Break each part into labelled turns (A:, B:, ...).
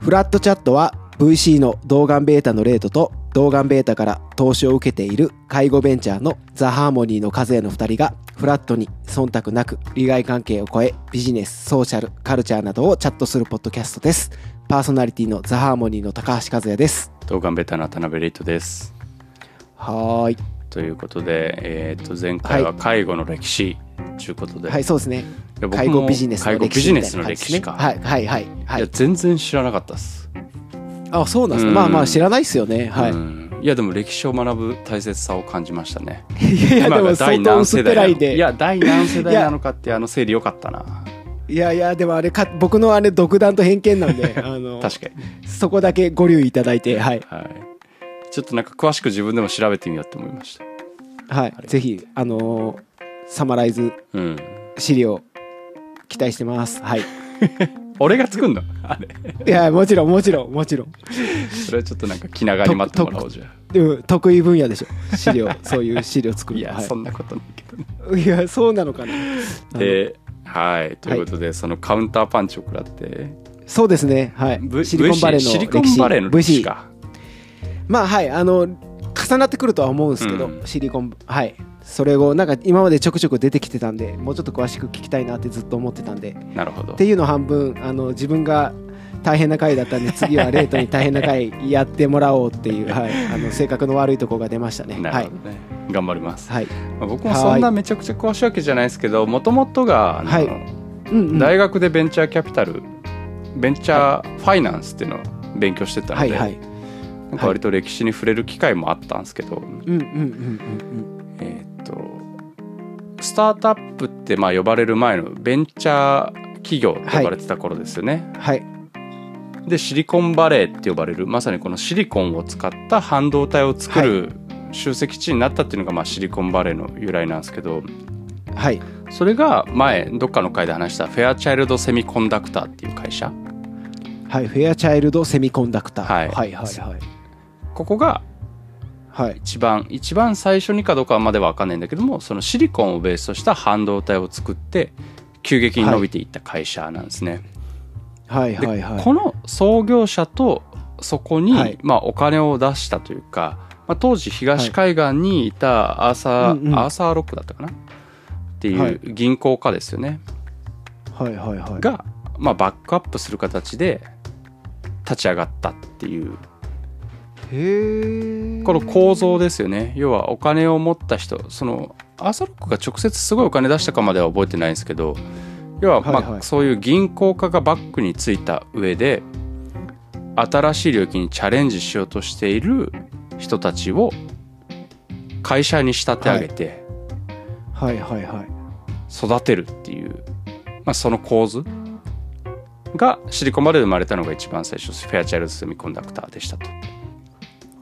A: フラットチャットは VC の動眼ベータのレートと動眼ベータから投資を受けている介護ベンチャーのザ・ハーモニーの和也の2人がフラットに忖度なく利害関係を超えビジネスソーシャルカルチャーなどをチャットするポッドキャストですパーソナリティのザ・ハーモニーの高橋和也です
B: 動画ベタの田辺レイトです。
A: はーい
B: ということで、えー、と前回は介護の歴史ということで、
A: はいそうですね
B: いや僕も
A: 介護ビジネス
B: 介
A: の
B: 護
A: 歴
B: ビ
A: 史
B: ジ
A: み
B: ネ
A: たい
B: スの
A: な感
B: 歴
A: じですね
B: 史か、
A: はいはいはいはい
B: や
A: い
B: 全然知らなかったです、
A: あそうなんですね
B: うん
A: まあまあ知らないですよねはい、
B: うんいやでも歴史を学ぶ大切さを感じましたね
A: いやいやで
B: 今
A: も
B: が
A: 相
B: 第
A: 当
B: 何
A: 薄っ
B: 世
A: ぺ
B: 代
A: ら
B: なの
A: いで
B: いや第何世代なのかってあの整理良かったない
A: やいやでもあれか僕のあれ独断と偏見なんであの
B: 確かに、
A: そこだけご留意いただいてはい
B: はい、ちょっとなんか詳しく自分でも調べてみようって思いました
A: はい
B: がとう
A: ぜひあのーサマライズ
B: うん
A: 資料期待してます はい
B: 俺が作るのあれ
A: いやもちろんもちろんもちろん
B: それはちょっとなんか気長に待ってもらおうじゃあ
A: でも得意分野でしょ資 料そういう資料作る
B: い
A: の
B: や、
A: はい
B: そんなことないけどね
A: いやそうなのかなあの
B: ではいということで、そのカウンターパンチを食らって
A: そうですねはい、
B: V-
A: シリコンバレー
B: VC シ
A: の
B: リコ
A: 歴
B: ン
A: 史
B: バレーの歴史
A: VC
B: か
A: まあはいあの重なってくるとは思うんですけど、
B: うん
A: シリコンはいそれをなんか今までちょくちょく出てきてたんでもうちょっと詳しく聞きたいなってずっと思ってたんで
B: なるほど
A: っていうの半分あの自分が大変な回だったんで次はレートに大変な回やってもらおうっていう、はい、あの性格の悪いとこが出ましたね。
B: な
A: はい
B: るほどね、頑張ります、
A: はい
B: まあ僕もそんなめちゃくちゃ詳しいわけじゃないですけどもともとがあの、
A: はいうんうん、は
B: 大学でベンチャーキャピタルベンチャーファイナンスっていうのを勉強してたので、
A: いはい
B: なんか割と歴史に触れる機会もあったんですけど、
A: うんうんうんうん
B: えーっとスタートアップってまあ呼ばれる前のベンチャー企業と呼ばれてた頃ですよね、
A: うんはい
B: でシリコンバレーって呼ばれるまさにこのシリコンを使った半導体を作る集積地になったっていうのが、まあ、シリコンバレーの由来なんですけど
A: はい
B: それが前どっかの回で話したフェアチャイルドセミコンダクターっていう会社
A: はいフェアチャイルドセミコンダクター、
B: はい
A: はいはいはい
B: ここが
A: はい
B: 一番一番最初にかどうかまでは分かんないんだけどもそのシリコンをベースとした半導体を作って急激に伸びていった会社なんですね。
A: はい
B: で
A: はいはい
B: この創業者とそこに、
A: はい
B: まあ、お金を出したというか、まあ、当時東海岸にいたアーサー、
A: うんうん
B: アーサーロックだったかなって
A: はいいう
B: 銀行家ですよね、
A: はいはいはい
B: が、まあ、バックアップする形で立ち上がったっていう
A: へえ
B: この構造ですよね要はお金を持った人そのアーサーロックが直接すごいお金出したかまでは覚えてないんですけど要は
A: はいは
B: ま
A: い
B: あそういう銀行家がバックについた上で新しい領域にチャレンジしようとしている人たちを会社に仕立て上げて
A: はいはいはい
B: 育てるっていう、まあ、その構図がシリコンバレーで生まれたのが一番最初フェアチャイルドセミコンダクターでしたと。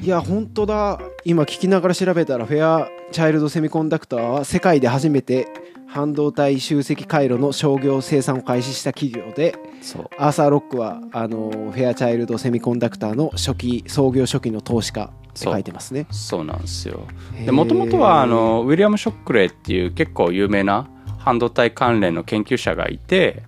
A: いや本当だ今聞きながら調べたらフェアチャイルドセミコンダクターは世界で初めて半導体集積回路の商業生産を開始した企業で
B: そう
A: アーサー・ロックはあのフェアチャイルドセミコンダクターの初期創業初期の投資家って書いてますね
B: そうなんですよ
A: へー
B: でもともとはあのウィリアム・ショックレーっていう結構有名な半導体関連の研究者がいて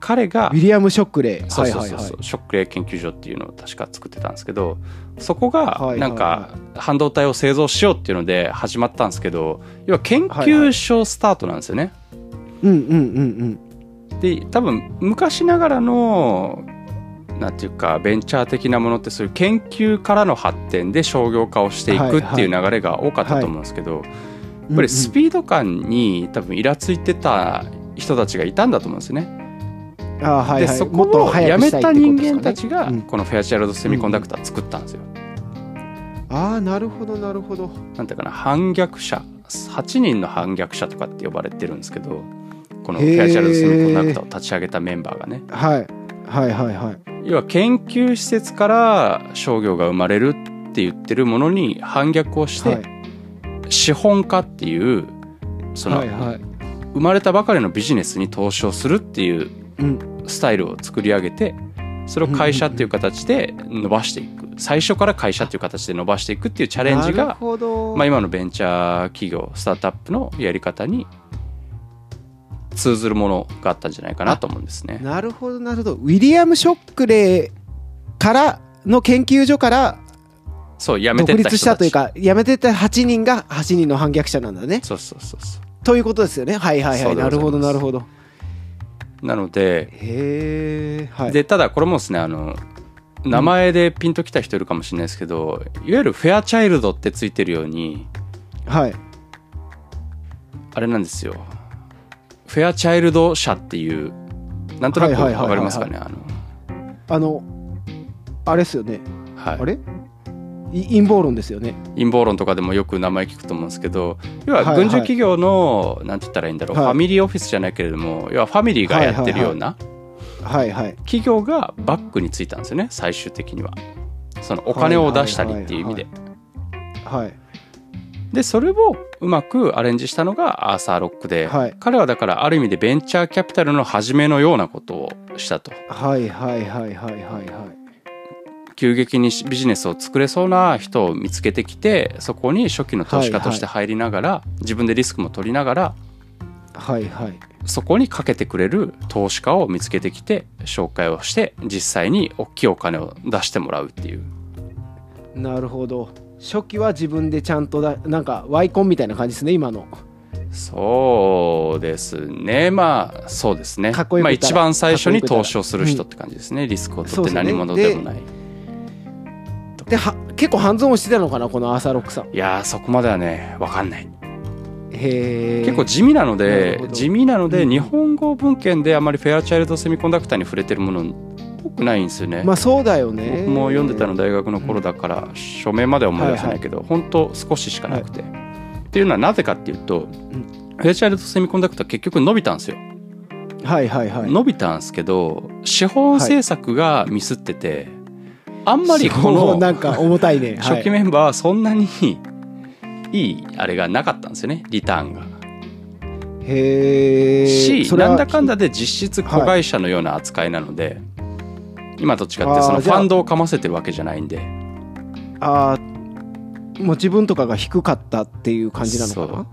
B: 彼が
A: ウィリアム・ショックレー
B: そう
A: はい
B: そう
A: はい
B: そう
A: はい
B: そうショックレー研究所っていうのを確か作ってたんですけどそこが
A: はい
B: なん
A: は
B: か半導体を製造しようっていうので始まったんですけど要は研究所スタートなんですよね。
A: うんうんうん
B: で多分昔ながらのなんていうかベンチャー的なものってそういう研究からの発展で商業化をしていくっていう流れが多かったと思うんですけど、
A: うん
B: やっぱりスピード感に多分イラついてた人たちがいたんだと思うんですよね。
A: うんうんあーはい
B: で
A: はい
B: そ
A: もっと
B: こを
A: 早
B: や
A: く
B: め
A: したい
B: た
A: ってこと
B: 人
A: ですかね
B: 間たちが
A: うん
B: このフェアチャイルドセミコンダクター作ったんですよ。
A: ああなるほどなるほど
B: なんていうかな反逆者8人の反逆者とかって呼ばれてるんですけどこのフェアチャイルドセミコンダクターを立ち上げたメンバーがね。
A: はいはいはいはい
B: 要は研究施設から商業が生まれるって言ってるものに反逆をして、
A: はい
B: 資本家っていうその
A: はいはい
B: 生まれたばかりのビジネスに投資をするっていう
A: うん
B: スタイルを作り上げてそれを会社っていう形で伸ばしていく最初から会社っていう形で伸ばしていくっていうチャレンジ
A: なる
B: が、
A: ほど
B: まあ、今のベンチャー企業スタートアップのやり方に通ずるものがあったんじゃないかなと思うんですね。
A: なるほどなるほどウィリアム・ショックレーからの研究所から
B: そうやめて
A: 独
B: った
A: 立
B: 人たち
A: したというかやめてった8人が8人の反逆者なんだね
B: そうそうそうそう
A: ということですよねはいはい
B: そ
A: は
B: う
A: い
B: で
A: な
B: ござ
A: る
B: い
A: ほどな
B: ます
A: るほど
B: なので、
A: へえはい
B: でただこれもですねあの名前でピンときた人いるかもしれないですけど、いわゆるフェアチャイルドってついてるように
A: はい
B: あれなんですよフェアチャイルド社っていうなんとな
A: は
B: く
A: いはいはいはいはい
B: わかりますかねあの
A: あのあれですよね
B: はい
A: あれい陰謀論ですよね
B: 陰謀論とかでもよく名前聞くと思うんですけど要
A: はいは
B: はい軍需企業の、なんて言ったらいいんだろう、
A: はい
B: ファミリーオフィスじゃないけれども要はファミリーがやってるような
A: はいはい
B: 企業がバックについたんですよね最終的にはそのお金を出したりっていう意味で、
A: はい
B: でそれをうまくアレンジしたのがアーサー・ロックで、
A: はい
B: 彼はだからある意味でベンチャーキャピタルの始めのようなことをしたと
A: はいはいはいはいはいはい
B: 急激にビジネスを作れそうな人を見つけてきてそこに初期の投資家として入りながら、自分でリスクも取りながら
A: はいはい
B: そこにかけてくれる投資家を見つけてきて紹介をして実際に大きいお金を出してもらうっていう
A: なるほど初期は自分でちゃんとだなんかワイコンみたいな感じですね今の
B: そうですねまあそうですね
A: かっこよく
B: まあ、
A: 言ったら
B: 一番最初に
A: かっこよ
B: 投
A: く言ったら
B: 資をする人って感じですね、リスクを
A: そう
B: 取っ
A: で
B: て
A: すね
B: 何者でもない、
A: では結構ハンズオンしてたのかなこのアーサーロックさん
B: いやーそこまではね分かんない
A: へえ
B: 結構地味なの
A: なる
B: で
A: ほど
B: 地味なので、
A: うん
B: 日本語文献であまりフェアチャイルドセミコンダクターに触れてるもの多くないんですよね、
A: まあそうだよね
B: 僕も読んでたの大学の頃だから署名までは思い出せないけど、本当少ししかなくて、っていうのはなぜかっていうと、フェアチャイルドセミコンダクター結局伸びたんですよ、
A: はいはいはい
B: 伸びたんですけど資本政策がミスってて、あんまりこ
A: そうな
B: の
A: んか重たい ねは
B: 初期
A: い
B: メンバーはそんなにいいあれがなかったんですよねリターンが。
A: へえ
B: し、
A: それは
B: なんだかんだで実質子会社のような扱いなので、今と違ってそ
A: あ
B: の
A: ー
B: フ
A: じゃあ
B: ァンドをかませてるわけじゃないんで
A: あーもう自分とかが低かったっていう感じなのか
B: そ
A: な
B: う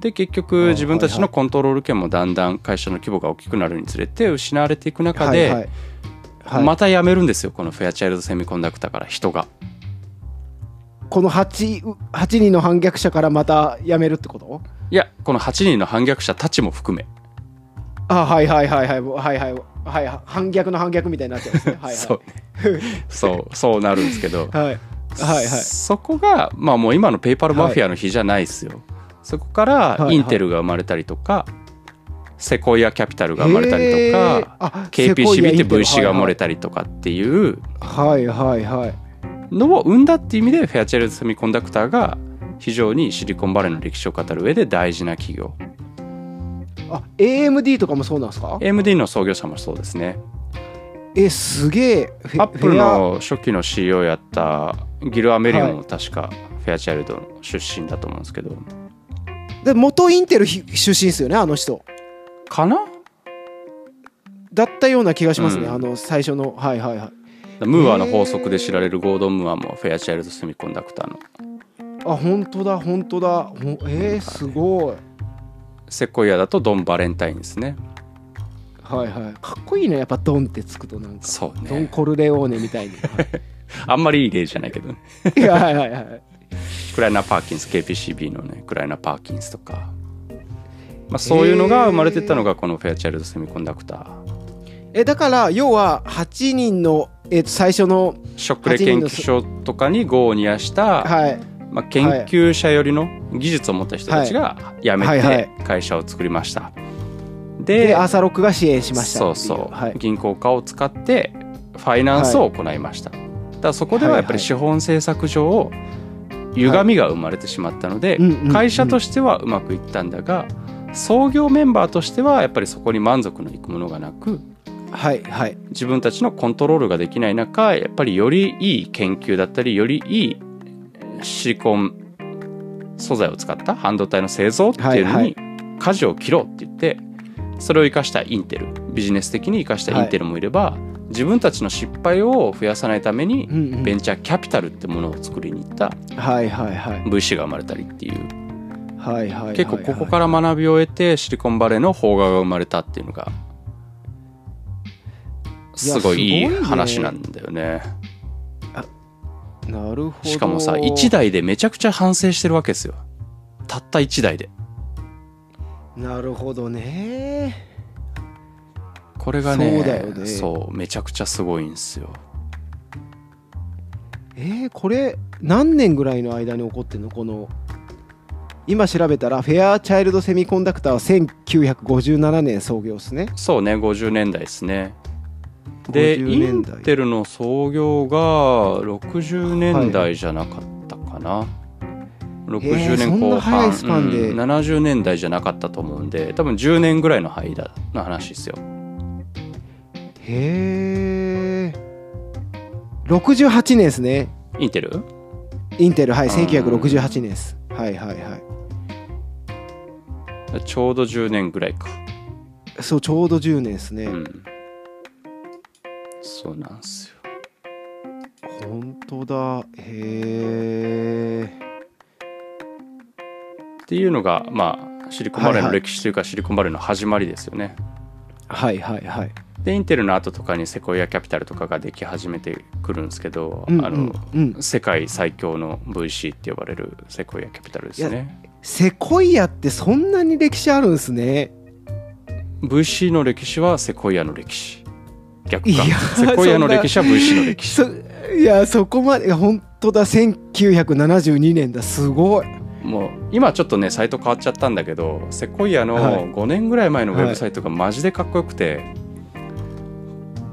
B: で
A: あ
B: 結
A: ー
B: 局自分たち
A: はいは
B: のコントロール権もだんだん会社の規模が大きくなるにつれて失われていく中
A: は
B: で、
A: いはいは
B: ま
A: い、
B: た辞めるんですよこのフェアチャイルドセミコンダクターから人が
A: この 8, 八人の反逆者からまた辞めるってこと
B: いやこの8人の反逆者たちも含め、
A: あはいはいはいはいはいはいはい反逆の反逆みたいになっちゃうんですねはいはい
B: そうそうそうなるんですけど
A: はいはいはい
B: そこがまあもう今のペイパルマフィアの比じゃないですよ、そこから
A: はい
B: インテルが生まれたりとか、セコイアキャピタルが生まれたりとか、KPCB って VC が生まれ
A: た
B: たりとかっていう
A: はいはいはい
B: のを生んだっていう意味でフェアチャイルドセミコンダクターが非常にシリコンバレーの歴史を語る上で大事な企業
A: あ AMD とかもそうなんですか
B: AMD の創業者もそうですね
A: えすげえフェ
B: アップルの初期の CEO やったギル・アメリオンも確かフェアチャイルドの出身だと思うんですけど、
A: フェアで元インテルひ出身ですよねあの人
B: かな
A: だったような気がしますね、
B: うん
A: あの最初のはいはいはい
B: ムーアの法則で知られるゴードン・ムーアもフェアチャイルド・セミコンダクターの
A: あ本当だ本当だほんえー、すごい
B: セコイアだとドン・バレンタインですね
A: はいはいかっこいいねやっぱドンってつくとなんか
B: そう
A: ドン
B: ね
A: コルレオーネみたいに、は
B: あんまりいい例じゃないけどね
A: い、いやはいはいはい
B: クライナー・パーキンス KPCB のねクライナー・パーキンスとか、まあ、そういうのが生まれてったのがこのフェアチャイルド・セミコンダクター
A: えだから要は8人の、えっと最初の
B: ショックレ研究所とかに業を煮やした、
A: はい
B: まあ、研究者寄りの技術を持った人たちが辞
A: はい
B: め
A: は
B: て
A: い
B: 会社を作りました
A: で
B: で
A: アーサロックが支援しましたってい
B: そうそう、
A: はい、
B: 銀行家を使ってファイナンスを行いました、ただそこではやっぱり資本政策上歪みが生まれてしまったので、
A: うんうんうん
B: 会社としてはうまくいったんだが創業メンバーとしてはやっぱりそこに満足のいくものがなく
A: はいはい
B: 自分たちのコントロールができない中やっぱりよりいい研究だったりよりいいシリコン素材を使った半導体の製造っていうの
A: はい
B: に舵を切ろうって言ってそれを生かしたインテルビジネス的に生かしたインテルもいれば、自分たちの失敗を増やさないために
A: うんうん
B: ベンチャーキャピタルってものを作りに行った
A: はいはいはい
B: VC が生まれたりっていう
A: はいはいはいはい
B: 結構ここから学びを得てシリコンバレーの邦画が生まれたっていうのが
A: いや
B: すごいいい
A: すごいね
B: 話なんだよね
A: なるほど
B: しかもさ1台でめちゃくちゃ反省してるわけですよたった1台で
A: なるほどね
B: これがね
A: そうだよね
B: そうめちゃくちゃすごいんですよ
A: えー、これ何年ぐらいの間に起こってんのこの今調べたらフェアチャイルドセミコンダクターは1957年創業ですね
B: そうね50年代ですねでイ
A: 50年
B: ン
A: 代
B: テルの創業が60年代じゃなかったかな、60
A: えーそ
B: 年
A: ん
B: 後
A: な早
B: 半、
A: いスパンで
B: うん70年代じゃなかったと思うんで多分10年ぐらいの間の話ですよ
A: へえ68年ですね
B: インテル
A: インテルはい
B: うん
A: 1968年ですはいはいはい
B: ちょうど10年ぐらいか
A: そうちょうど10年ですね、
B: うんそうなんですよ
A: 本当だへえ
B: っていうのがまあシリコンバレーの
A: はいはい
B: 歴史というか、シリコンバレーの始まりですよね
A: はいはいはい
B: でインテルの後とかにセコイアキャピタルとかができ始めてくるんですけど、
A: うんうん
B: あの
A: うん
B: 世界最強の VC って呼ばれるセコイアキャピタルですね
A: セコイアってそんなに歴史あるんですね
B: VC の歴史はセコイアの歴史逆
A: い
B: か
A: や
B: セコイアの歴史は VC の歴史
A: そ いやそこまで本当だ1972年だすごい
B: もう今ちょっとねサイト変わっちゃったんだけどセコイア
A: はい
B: の5年ぐらい前のウェブサイトがマジでかっこよくて、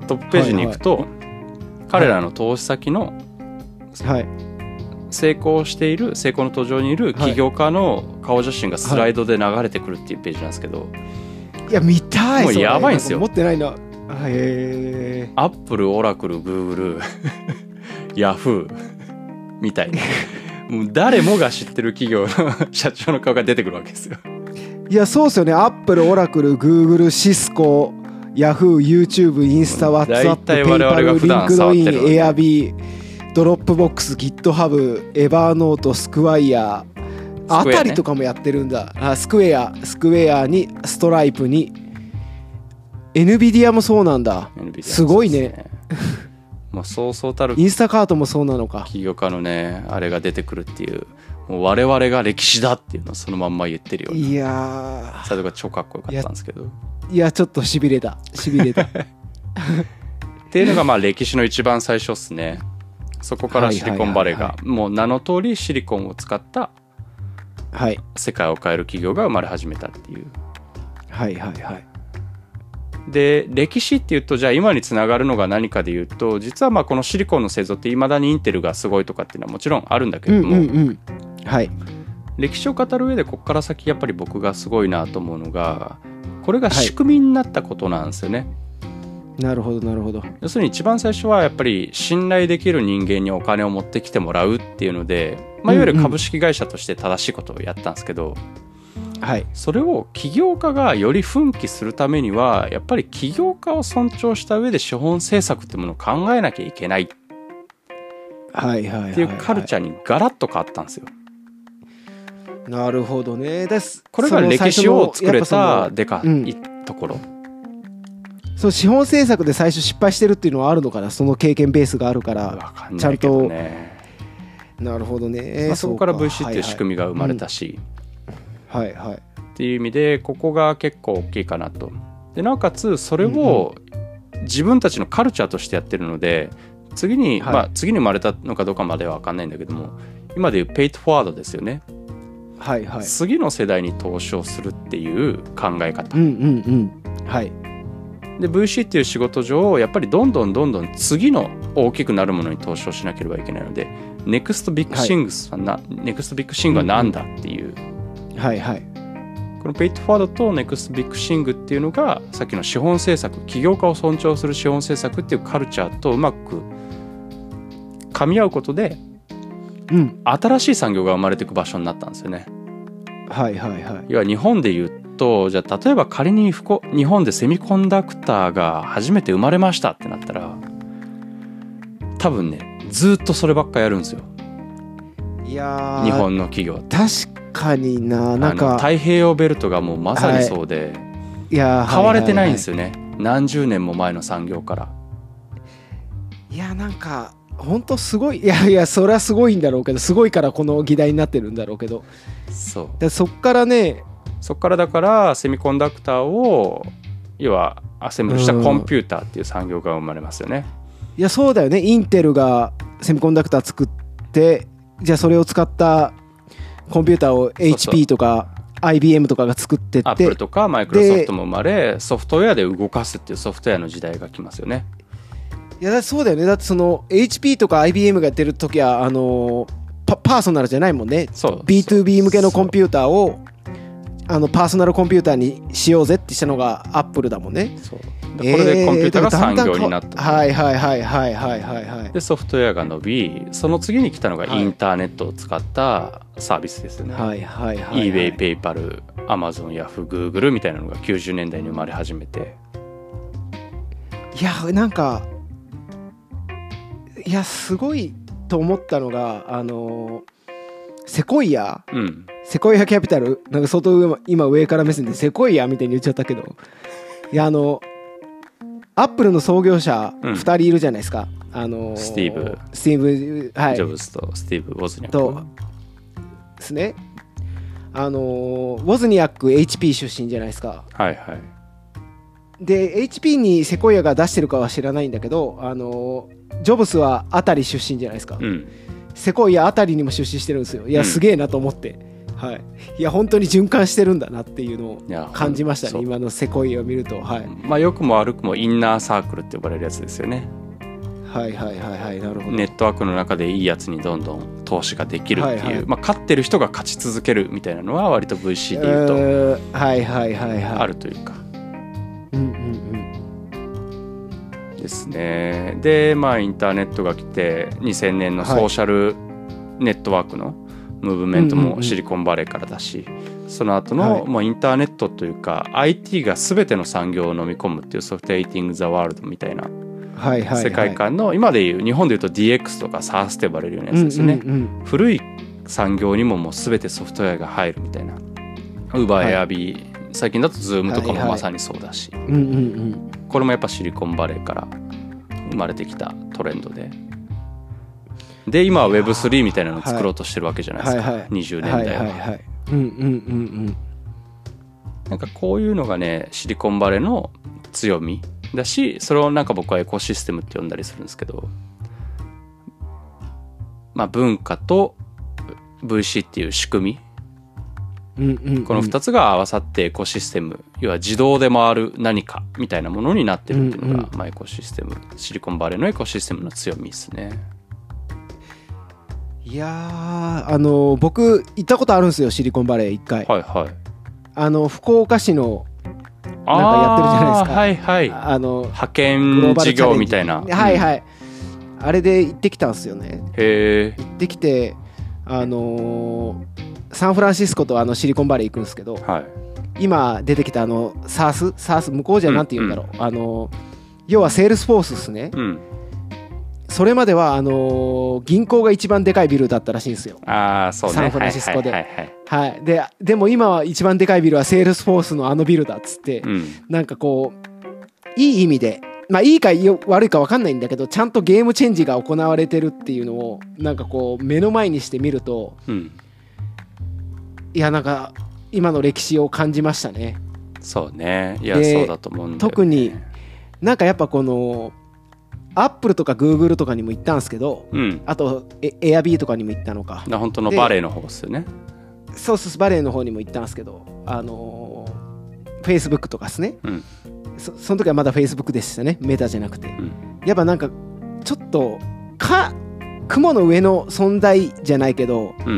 B: トップページに行くと、彼らの投資先の
A: はい
B: 成功している成功の途上にいる起業家の顔写真がスライドで流れてくるっていうページなんですけど、
A: いや見たい
B: もう
A: それ
B: やばいんすよ
A: なか持ってないなあへえ
B: アップルオラクルグー グルヤフーみたいなもう誰もが知ってる企業の社長の顔が出てくるわけですよ
A: いやそうっすよねアップルオラクルグーグルシスコヤフー YouTube インスタワッツアッ
B: 大
A: プペ
B: 体
A: イ
B: 我々
A: パ
B: が
A: ルリ
B: 普
A: ン
B: 段
A: クドイ
B: 触ってる
A: ンエアビードロップボックス GitHub エバーノートスクワイヤーあ
B: スクエア
A: た
B: ね
A: りとかもやってるんだあスクエアスクエアにストライプに NVIDIA もそうなんだ
B: NVIDIA
A: すごいね
B: そうですねもうそうそうたる
A: インスタカートもそうなのか
B: 起業家のねあれが出てくるっていうもう我々が歴史だっていうのをそのまんま言ってるようない
A: や
B: サイトが超かっこよかったんですけど
A: ーいやちょっとしびれたしびれ た
B: っていうのがまあ歴史の一番最初っすねそこからシリコンバレー
A: はい
B: が
A: は
B: もう名の通りシリコンを使った
A: はい
B: 世界を変える企業が生まれ始めたっていう
A: はいはいはい
B: で歴史っていうとじゃあ今につながるのが何かで言うと実はまあこのシリコンの製造っていまだにインテルがすごいとかっていうのはもちろんあるんだけ
A: うん
B: れ
A: う
B: ども、
A: んうんはい
B: 歴史を語る上でここから先やっぱり僕がすごいなと思うのがこれが仕組みになったことなんですよね、
A: なるほどなるほど
B: 要するに一番最初はやっぱり信頼できる人間にお金を持ってきてもらうっていうので、まあ、いわゆる株式会社として正しいことをやったんですけど、
A: はい
B: それを起業家がより奮起するためにはやっぱり起業家を尊重した上で資本政策ってものを考えなきゃいけないっ
A: はいはいはいはい
B: ていうカルチャーにガラッと変わったんですよ。
A: なるほどねです
B: これが歴史を作れた
A: そ
B: でか
A: うん
B: いところ。
A: のそう資本政策で最初失敗してるっていうのはあるのかなその経験ベースがあるから
B: わかんないけどね。
A: なるほどね、
B: まあ、そこから VC っていう仕
A: 仕組
B: 組みが生まれたし、
A: みはいはい
B: っていう意味でここが結構大きいかなと。でなおかつそれを自分たちのカルチャーとしてやってるので次に、
A: はい
B: まあ次に生まれたのかどうかまでは分かんないんだけども今でいうペイトフォワードですよね、
A: はいはい
B: 次の世代に投資をするっていう考え方
A: うんうんうんはい
B: で VC っていう仕事上やっぱりどんどんどんどん次の大きくなるものに投資をしなければいけないのでネクストビッグシングスはな、ネクストビッグシングは何だっていう、
A: はいはい
B: このペイトフォワードとネクストビッグシングっていうのがさっきの資本政策起業家を尊重する資本政策っていうカルチャーとうまく噛み合うことで
A: うん
B: 新しい産業が生まれていく場所になったんですよね。
A: はいはいはい
B: 要は日本で言うとじゃあ例えば仮にふこ日本でセミコンダクターが初めて生まれましたってなったら多分ねずっとそればっかやるんですよ
A: いやー
B: 日本の企業って。
A: 確かにななん
B: あの
A: か
B: 太平洋ベルトがもうまさにそうで、
A: いや
B: 買われてないんです
A: よ、
B: よね、何十年も前の産業から
A: いやなんか本当すごいいやいやそれはすごいんだろうけどすごいからこの議題になってるんだろうけど
B: そう
A: でそっからね
B: そこからだからセミコンダクターを要はアセンブルしたコンピューターっていう産業が生まれますよね、
A: いやそうだよねインテルがセミコンダクター作ってじゃあそれを使ったコンピューターを
B: そうそう
A: HP とか IBM とかが作ってっ
B: アップ
A: て
B: ルとかマイクロソフトも生まれソフトウェアで動かすっていうソフトウェアの時代が来ますよね
A: いやだってそうだよねだってその HP とか IBM がやってる時はあのーパパーソナルじゃないもんね
B: そう
A: B2B 向けのコンピューターをあのパーソナルコンピューターにしようぜってしたのがアップルだもんね
B: そうでこれでコンピューターが産業になった、
A: えーだからだんだんこはいはいはいはいはいはいはい
B: でソフトウェアが伸びその次に来たのが
A: はい
B: インターネットを使ったサービスですよね、
A: はいはいはい
B: eBay、PayPal、Amazon、Yahoo、Google みたいなのが90年代に生まれ始めて
A: いやなんかいやすごいと思ったのがあのーセコイア
B: うん
A: セコイアキャピタルなんか相当上今上から目線でセコイアみたいに言っちゃったけどいやあのアップルの創業者
B: うん
A: 2人いるじゃないですか、あの
B: スティーブ
A: スティーブはい
B: ジョブズとスティーブ・ウォズニャック
A: とですねあのウォズニアック HP 出身じゃないですか
B: はいはい
A: で HP にセコイアが出してるかは知らないんだけどあのジョブスはあたり出身じゃないですか、
B: うん
A: セコイアあたりにも出資してるんですよいうや
B: ん
A: すげえなと思って、はい、いや本当に循環してるんだなっていうのを
B: いや
A: 感じました
B: そ
A: ね
B: う
A: 今のセコイアを見ると、はい、
B: まあ良くも悪くもインナーサークルって呼ばれるやつですよね
A: はいはいはいはいなるほど、
B: ネットワークの中でいいやつにどんどん投資ができるっていう、
A: はいはい
B: まあ勝ってる人が勝ち続けるみたいなのは割と VC で言うと
A: うーんはいはいはいはい
B: あるというか
A: うんうん
B: ですねでまあインターネットが来て2000年のソーシャルネットワークのムーブメント
A: うんうんう
B: も
A: ん
B: シリコンバレーからだし、その後
A: はい
B: の、もうインターネットというか IT が全ての産業を飲み込むっていうソフトエイティング・ザ・ワールドみたいな
A: うんはいはいはい
B: 世界観の、今でいう日本でいうと DX とか SARS って呼ばれるようなやつですよね、
A: うんうんうん
B: 古い産業にももう全てソフトウェアが入るみたいな Uber、
A: はい
B: Airb 最近だと Zoom とか
A: はい
B: も
A: はい
B: まさにそうだし、
A: うんうん
B: これもやっぱシリコンバレーから生まれてきたトレンドでで今は Web3 みたいなのを作ろうとしてるわけじゃ
A: う
B: なんいで
A: は
B: すか、
A: いはい
B: 20年代は、
A: はいはいはいうんうんうん
B: なんかこういうのがねシリコンバレーの強みだしそれをなんか僕はエコシステムって呼んだりするんですけどまあ文化と VC っていう仕組み
A: うんうんうんうん
B: この2つが合わさってエコシステム、要は自動で回る何かみたいなものになってるっていうのが、
A: うん
B: まあ、エコシステムシリコンバレーのエコシステムの強みですね。
A: いやーあの僕行ったことあるんですよシリコンバレー一回、
B: はいはい。
A: あの福岡市の
B: あ
A: なんかやってるじゃないですか
B: ーはいはい。
A: あの
B: 派
A: グロー
B: 遣
A: バル
B: 事
A: チャレン
B: 業
A: ジ
B: みたいな。
A: はい
B: い。
A: はい、あれで行ってきたんですよね
B: へえ。
A: 行ってきてあのーサンフランシスコとあのシリコンバレー行くんですけど
B: はい。
A: 今出てきたあの SARS, SARS 向こうじゃなんて言うんだろう、あのー要はセールスフォースですね
B: うん。
A: それまではあのー銀行が一番でかいビルだったらしいんですよ
B: ああ、そうね。
A: サンフランシスコで
B: はいはいはいはい
A: はいででも今は一番でかいビルはセールスフォースのあのビルだっつって、
B: うん。
A: なんかこういい意味でまあいいかよ悪いか分かんないんだけどちゃんとゲームチェンジが行われてるっていうのをなんかこう目の前にしてみると
B: うん。
A: いやなんか今の歴史を感じましたね
B: そうね。いや、
A: で
B: そうだと思うんだよね
A: 特に。なんかやっぱこのアップルとかグーグルとかにも行ったんですけど
B: うん。
A: あとエアビーとかにも行ったのか
B: な本当のバレーの方ですよね。
A: ソースバレーの方にも行ったんですけどあのフェイスブックとかですね
B: うん。
A: そその時はまだフェイスブックでしたねメタじゃなくて
B: うん。
A: やっぱなんかちょっとか雲の上の存在じゃないけど
B: う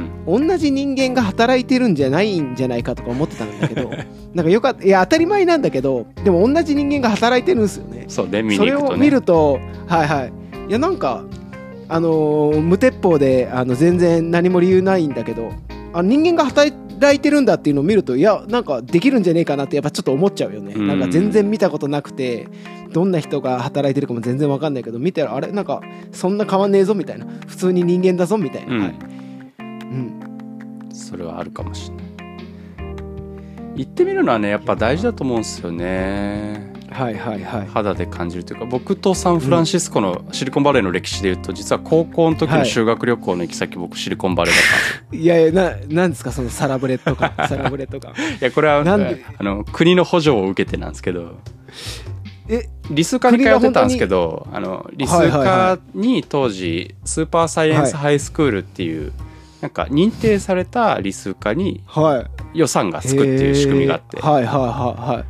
B: ん。
A: 同じ人間が働いてるんじゃないんじゃないかとか思ってたんだけどなんかよかったいや当たり前なんだけどでも同じ人間が働いてるんですよね
B: そうね。見
A: そ
B: に
A: れ
B: 行く
A: を
B: と
A: 見
B: ね。
A: るとはいはいいやなんかあのー無鉄砲であの全然何も理由ないんだけどあ人間が働いてるんだっていうのを見るといやなんかできるんじゃねえかなってやっぱちょっと思っちゃうよね
B: うん
A: なんか全然見たことなくてどんな人が働いてるかも全然わかんないけど見たらあれなんかそんな変わんねえぞみたいな普通に人間だぞみたいな、
B: う
A: はい
B: ん。
A: うん、
B: それはあるかもしれ行ってみるのはねやっぱ大事だと思うんですよね
A: はいはいはい
B: 肌で感じるというか僕とサンフランシスコのシリコンバレーの歴史でいうと、実は高校の時の修学旅行の行き先、僕シリコンバレーだったんですよ
A: いやいやななんですかそのサラブレとかサラブレ とか
B: いやこれは
A: なんで
B: あの国の補助を受けてなんですけど
A: え
B: 理数科に通ってたんですけどあの理数科に当時スーパーサイエンスハイスクールっていう、なんか認定された理数科に
A: はい
B: 予算がつくっていう仕組みがあって
A: へーはいはいはいはい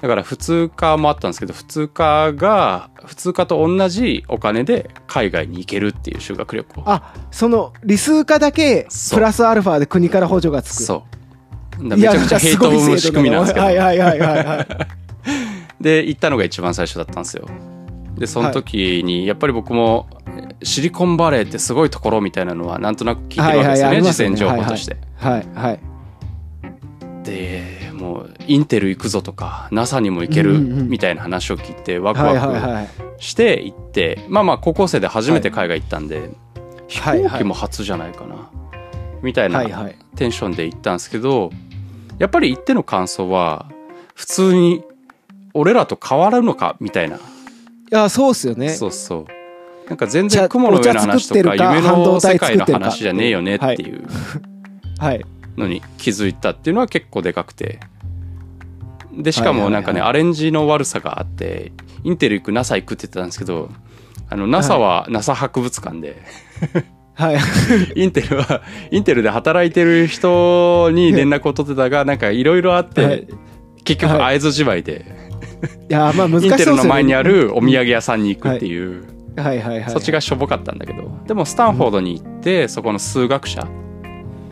B: だから普通科もあったんですけど普通科が普通科と同じお金で海外に行けるっていう修学旅行
A: あその理数科だけ
B: そう
A: プラスアルファで国から補助がつく
B: そうめちゃくちゃヘイトを生む仕組みなんですけど
A: はいはいはいはい はい
B: で行ったのが一番最初だったんですよでその時にやっぱり僕もえシリコンバレーってすごいところみたいなのはなんとなく聞いてるわけですよね、事前情報として、
A: はいはい
B: でもうインテル行くぞとか NASA にも行け
A: う
B: る
A: んうんうん
B: みたいな話を聞いてワク
A: はいはいはい
B: ワ
A: はい
B: クして行って、まあまあ高校生で初めて海外行ったんで、飛
A: はい
B: 行機も初じゃないかな、みたい
A: はい
B: な
A: はい
B: テンションで行ったんですけどやっぱり行っての感想は普通に俺らと変わるのかみたいない
A: やそうっすよね
B: そうそう。なんか全
A: じゃ
B: 然雲の上の話と
A: お茶作
B: か
A: ってるか
B: 夢の世界の
A: 半導体作ってるか
B: 話じゃねえよねっていう
A: はい
B: のに気づいたっていうのは結構でかくて。でしかもなんかね
A: は
B: アレンジの悪さがあってインテル行く NASA 行くって言ってたんですけどあの NASA は NASA 博物館で、
A: はい
B: インテルはインテルで働いてる人に連絡を取ってたがなんかいろいろあって、
A: はい
B: 結局
A: は
B: 会津じまいで、
A: いやまあ難し
B: イ
A: い
B: ン
A: っす
B: テ
A: よ
B: ル
A: ね
B: の前にあるお土産屋さんに行くっていう。
A: はいはいはい
B: そっちがしょぼかったんだけど、でもスタンフォードに行って、そこの数学者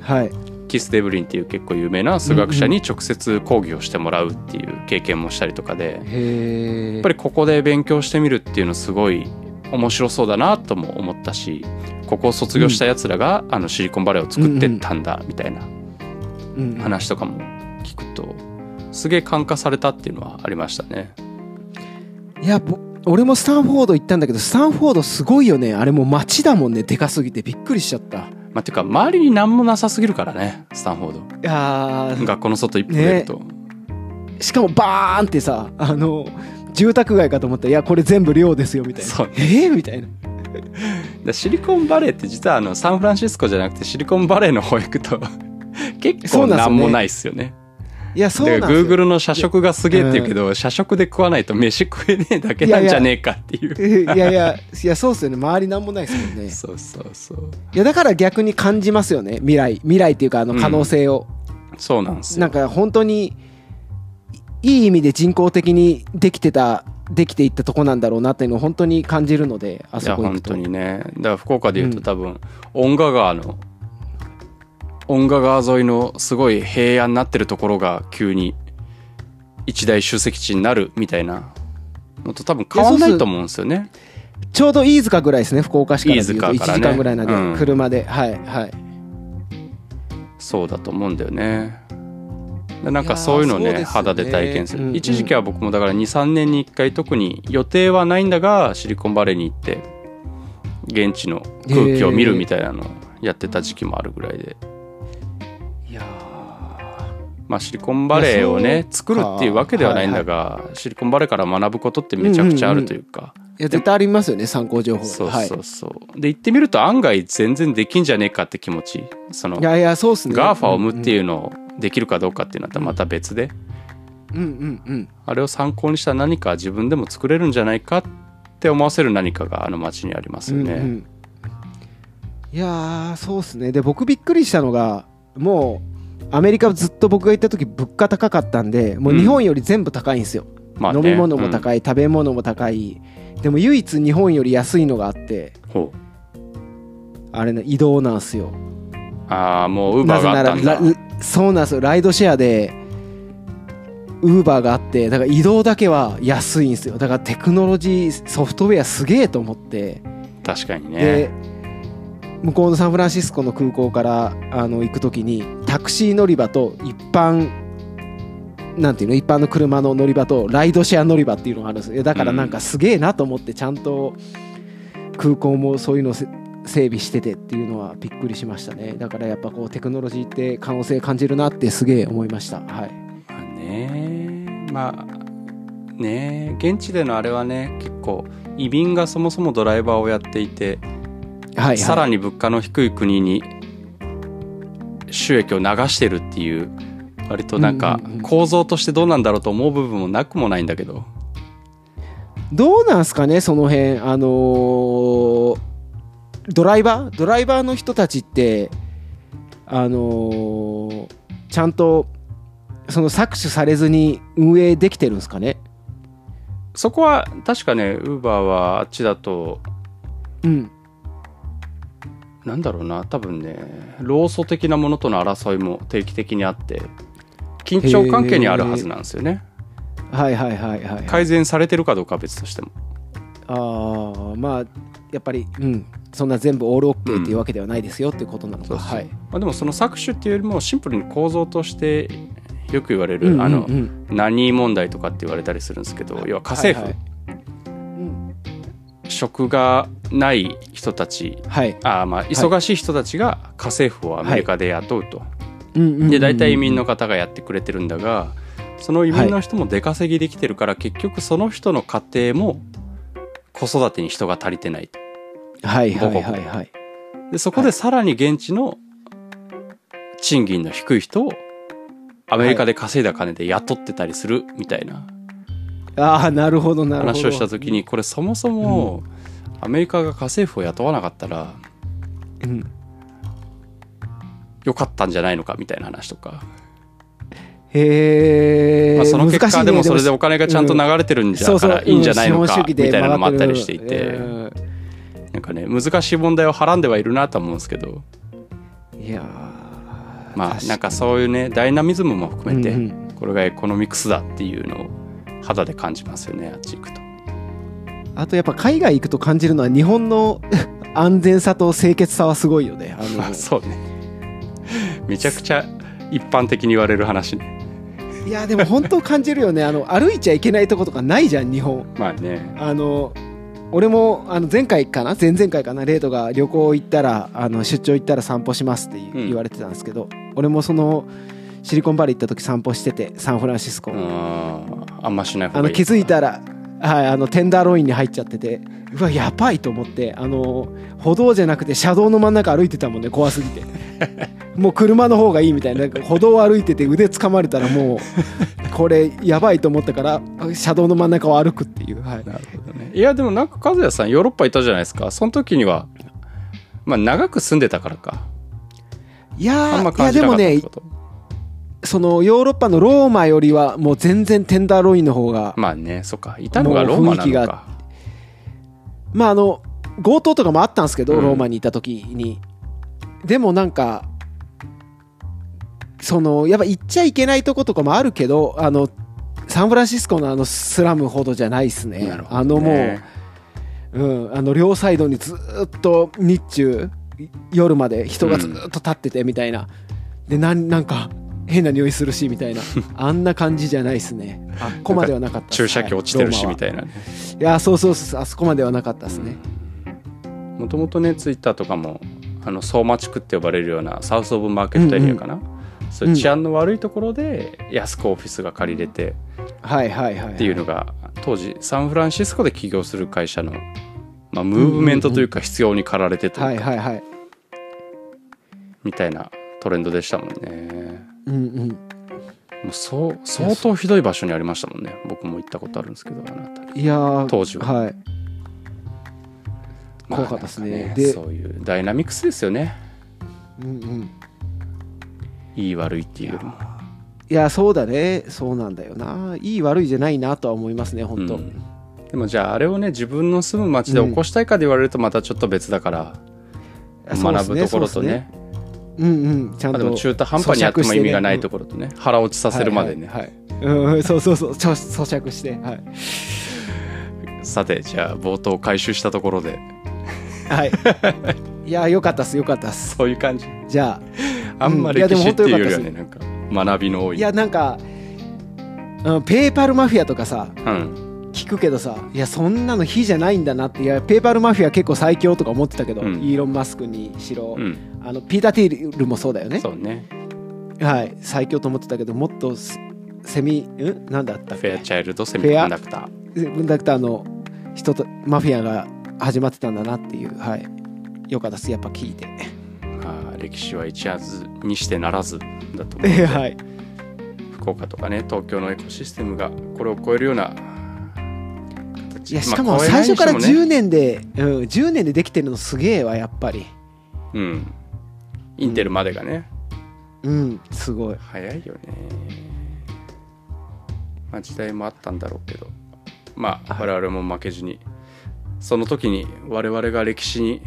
A: はい
B: キス・デブリンっていう結構有名な数学者に直接講義をしてもらうっていう経験もしたりとかで、や
A: へえ
B: っぱりここで勉強してみるっていうのすごい面白そうだなとも思ったしここを卒業したやつらが、あのシリコンバレーを作ってったんだみたいな
A: うん
B: 話とかも聞くとすげえ感化されたっていうのはありましたね。
A: いやぼ俺もスタンフォード行ったんだけどスタンフォードすごいよねあれもう街だもんねでかすぎてびっくりしちゃったい
B: まあ、ていうか周りに何もなさすぎるからねスタンフォード
A: やー
B: 学校の外一歩出ると。
A: しかもバーンってさあの住宅街かと思ったらいやこれ全部寮ですよみたいな
B: そう
A: えー、みたいな
B: だシリコンバレーって実はあのサンフランシスコじゃなくてシリコンバレーの方行くと 結
A: そう
B: 構
A: なんですよね
B: なんもないっすよね。
A: いやそう
B: だ
A: なん
B: か
A: で
B: ら
A: すよ
B: Google の社食がすげえって言うけど、社食で食わないと飯食えねえだけなんじゃねえかっていう。
A: え いやいやいやそうっすよね周りなんもないですもんね
B: そうそうそう。
A: いやだから逆に感じますよね未来未来っていうかあの可能性を、
B: そうなんですよ。
A: なんか本当にいい意味で人工的にできてたできていったとこなんだろうなっていうのを本当に感じるのであ
B: い
A: そ
B: や
A: こ行く
B: 本
A: と
B: 当にね。だから福岡で言うと多分、音楽川の音楽川沿いのすごい平野になってるところが急に一大集積地になるみたいなのと多分変わんないと思うんですよね。
A: ちょうど飯塚ぐらいですね福岡市からでいうと
B: 飯
A: 1
B: 塚からね
A: 時間ぐらいなんで、
B: うん
A: 車ではいはい
B: そうだと思うんだよね。でなん
A: いやー
B: かそういうのを
A: そう
B: ね
A: ですよね
B: 肌で体験する、
A: うんうん
B: 一時期は僕もだから23年に1回特に予定はないんだがシリコンバレーに行って現地の空気を見るみたいなのをやってた時期もあるぐらいで、
A: いや
B: まあ、シリコンバレーを
A: いや
B: ね
A: そう
B: 作るっていうわけではないんだが、シリコンバレーから学ぶことってめちゃくちゃあるというか、
A: いや絶対ありますよね参考情報
B: そう
A: はい、
B: そうそう、で行ってみると案外全然できんじゃねえかって気持ちその
A: いやいやそうっすね
B: ガーファを生むって
A: い
B: いうのをできるかどうかっていうのはまた別で。
A: うんうんうん、うん
B: あれを参考にした何か自分でも作れるんじゃないかって思わせる何かがあの街にありますよね。
A: うんうんいやーそうっすねで僕びっくりしたのがもうアメリカずっと僕が行った時物価高かったんでもう日本より全部高いんですよ、
B: まあね
A: 飲み物も
B: い。
A: 高い、食べ物も高いでも唯一日本より安いのがあって
B: うんほう
A: あれね移動なんすよ
B: ああもうウー
A: な
B: バー
A: ぜ
B: があ
A: な
B: った
A: ら
B: んだ。
A: ラそうなんですよライドシェアでウーバーがあってだから移動だけは安いんですよだからテクノロジーソフトウェアすげえと思って、
B: 確かにね。
A: で向こうのサンフランシスコの空港からあの行く時にタクシー乗り場と一般なんていうの一般の車の乗り場とライドシェア乗り場っていうのがあるんですよいやだからなんかすげえなと思ってちゃんと空港もそういうのせ整備しててっていうのはびっくりしましたねだからやっぱこうテクノロジーって可能性感じるなってすげえ思いましたはい
B: まあねえ現地でのあれはね結構移民がそもそもドライバーをやっていて、
A: はい、
B: さら
A: に。
B: に物価の低い国に収益を流してるっていう割となんか
A: うんうんうん
B: 構造としてどうなんだろうと思う部分もなくもないんだけど
A: どうなんすかね、その辺。あのードライバードライバーの人たちって、あのーちゃんと、その搾取されずに運営できてるんですかね。
B: そこは確かねウーバーはあっちだと
A: うん。
B: なんだろうな多分ね労組的なものとの争いも定期的にあって緊張関係にあるはずなんですよね
A: はいはいはいはい、はい。
B: 改善されてるかどうかは別としても
A: ああまあやっぱりうんそんな全部オールオッケーっていうわけではないですよっていうことなのか、
B: そうそう
A: はい
B: まあ、でもその搾取っていうよりもシンプルに構造としてよく言われる、
A: うんうんうん
B: あの何問題とかって言われたりするんですけど要は家政婦、
A: はいうん
B: 職がない人たち
A: はい
B: あーまあ忙しい人たちが家政婦をアメリカで雇うと、
A: うんうんうんうん
B: で大体移民の方がやってくれてるんだがその移民の人も出稼ぎできてるから、結局その人の家庭も子育てに人が足りてない
A: はいはいはいはい
B: でそこでさらに現地の賃金の低い人をアメリカで稼いだ金で雇ってたりするみたいな
A: ああなるほどなるほど
B: 話をした時にこれそもそもアメリカが家政婦を雇わなかったら
A: うん
B: 良かったんじゃないのかみたいな話とか、
A: へえ、
B: まあ、その結
A: 難しい
B: 果
A: ね
B: でもそれでお金がちゃんと流れてるんじゃ
A: そう
B: か
A: そう
B: らいいんじゃないの
A: う資
B: か
A: 本主
B: み
A: 義で
B: たいなのもあったりしてい
A: 回って
B: て
A: るうん
B: なんかね難しい問題をはらんではいるなとは思うんですけど
A: いやー
B: まあ
A: 確
B: なんかそういうねダイナミズムも含め
A: う
B: て
A: ん
B: これがエコノミクスだっていうのを肌で感じますよねあっち行くと。
A: あとやっぱ海外行くと感じるのは日本の 安全さと清潔さはすごいよねあの
B: まあ そうねめちゃくちゃ一般的に言われる話ね
A: いやでも本当感じるよねあの歩いちゃいけないとことかないじゃん日本
B: まあね
A: あの俺もあの前回かな前々回かなレイトが旅行行ったらあの出張行ったら散歩しますってい
B: うん
A: 言われてたんですけど、俺もそのシリコンバレー行った時散歩しててサンフランシスコ、
B: うんあんましない方
A: あ
B: が
A: の
B: いい
A: 気づいたら、はい、あのテンダーロインに入っちゃっててうわやばいと思ってあの歩道じゃなくて車道の真ん中歩いてたもんね怖すぎ てもう車の方がいいみたいななんか歩道を歩いてて腕掴まれたらもうこれやばいと思ったから車道の真ん中を歩くっていう、はい、
B: なるほどねいやでもなんか和也さんヨーロッパいたじゃないですかその時にはまあ長く住んでたからか
A: いや
B: あんま
A: ーい
B: 感
A: や
B: じ
A: で
B: なか
A: も
B: ったっ
A: ね
B: てこと、
A: そのヨーロッパのローマよりはもう全然テンダーロインの方が
B: まあねそっかいたのがロー
A: もう
B: マな
A: 雰囲気
B: の
A: が
B: か
A: まああの強盗とかもあったんですけど、
B: うん
A: ローマにいた時にでもなんかそのやっぱ行っちゃいけないとことかもあるけどあのサンフランシスコのあのスラムほどじゃないですね
B: なるほ
A: あ
B: ど
A: のもう
B: ね、
A: うん、あの両サイドにずーっと日中い夜まで人がずーっと立っててみたいな、でなんなんか変な匂いするしみたいなあんな感じじゃないですねあっこまではなかったっす
B: 注射器落ちてるしみ
A: い
B: たいなね
A: ないやそうそうそうあそこまではなかったですね、
B: もともとねツイッターとかもあの相馬地区って呼ばれるようなサウス・オブ・マーケットエリアかな、そういう治安の悪いところで安くオフィスが借りれて
A: はいはいはい、はい、
B: っていうのが当時サンフランシスコで起業する会社の、まあ、ムーブメントというか必要に駆られてと
A: はいいう
B: か
A: はいはい
B: みたいなトレンドでしたもんね
A: うんうん
B: もうそう相当ひどい場所にありましたもんね僕も行ったことあるんですけどあの辺り
A: いやー
B: 当時は
A: はい
B: まあ
A: 怖かったですね
B: なんか
A: で
B: そういうダイナミクスですよね
A: うんうん
B: いい悪いっていうよりも
A: いやそうだねそうなんだよないい悪いじゃないなとは思いますね本当、
B: うんでもじゃああれをね自分の住む町で起こしたいかで言われるとまたちょっと別だから、
A: そうっ
B: 学
A: す
B: ぶ
A: ね
B: ところとね
A: うんうんちゃん
B: まあ、
A: と
B: でも中途半端にやっても意味がないと
A: こ
B: ころとね腹落ちさせるまでね、
A: はいはいはいうんうんそうそうそうちょ咀嚼してはい
B: さてじゃあ冒頭回収したところで
A: はい いやよかったっすよかったっす
B: そういう感じ
A: じゃ
B: あんま
A: うんいや
B: 歴
A: でも
B: 史っ
A: 本
B: て
A: 当
B: いう
A: 良
B: よ
A: かっ
B: り
A: たで
B: は
A: す
B: ねなんか学びの多
A: あ
B: い
A: いやなんかあのペーパルマフィアとかさ
B: うん
A: 聞くけどさいやそんなの非じゃないんだなっていやペーパルマフィア結構最強とか思ってたけど、
B: うん
A: イーロン・マスクにしろ、
B: うん
A: あのピーター・ティールもそうだよね
B: そうね
A: はい最強と思ってたけどもっとすセミんなんだったっ
B: フェア
A: け
B: チャイルドセミコンダクター
A: コンダクターの人とマフィアが始まってたんだなっていうはいよかったですやっぱ 聞いて
B: あー歴史は一夜にしてならずだと思う
A: はい
B: 福岡とかね東京のエコシステムがこれを超えるようない形
A: やしか
B: ま
A: も
B: あ
A: 最初から
B: 超えないに
A: 10
B: しても
A: 年で、うん、10年でできてるのすげえわやっぱり
B: ねうんインテルまでがね、
A: うんすごい
B: 早いよねまあ時代もあったんだろうけどまあ我々も負けずにその時に我々が歴史に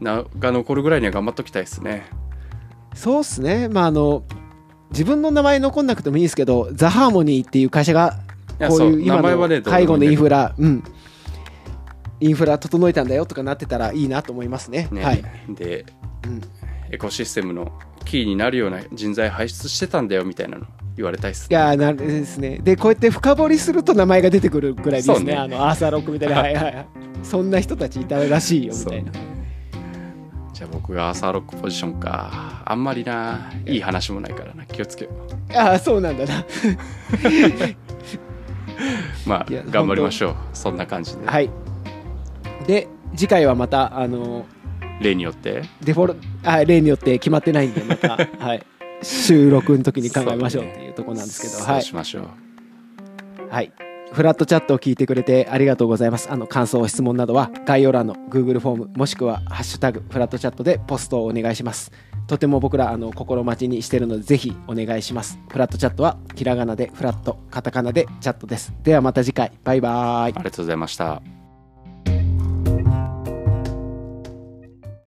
B: 名が残るぐらいには頑張っときたいですね
A: そうっすねまああの自分の名前残んなくてもいいですけどザ・ハーモニーっていう会社が
B: いや
A: こう
B: そう
A: いう今
B: 名前はね
A: の
B: どうでもい
A: 介
B: いんだけど
A: 護のインフラうんインフラ整えたんだよとかなってたらいいなと思いますね
B: ね、
A: はい、
B: で
A: うん、
B: エコシステムのキーになるような人材輩出してたんだよみたいなの言われたいっす
A: いやーなるですねでこうやって深掘りすると名前が出てくるぐらいです
B: そう
A: ね
B: ね
A: あのアーサー・ロックみたいな はいはいはいそんな人たちいたらしいよみたいな
B: じゃあ僕がアーサーロックポジションかあんまりないい話もないからな気をつけよう
A: ああそうなんだな
B: まあ
A: いや
B: 頑張りましょうそんな感じで、
A: はいで次回はまたあの
B: 例によって
A: デフォルあ例によって決まってないんでま た、はい、収録の時に考えましょうっていうところなんですけど、
B: そう
A: はい
B: しましょう、
A: はい。フラットチャットを聞いてくれてありがとうございます。あの感想、質問などは概要欄の Google フォームもしくはハッシュタグフラットチャットでポストをお願いします。とても僕らあの心待ちにしてるのでぜひお願いします。フラットチャットはひらがなでフラット、カタカナでチャットです。ではまた次回。バイバイ
B: あ。りがとうございました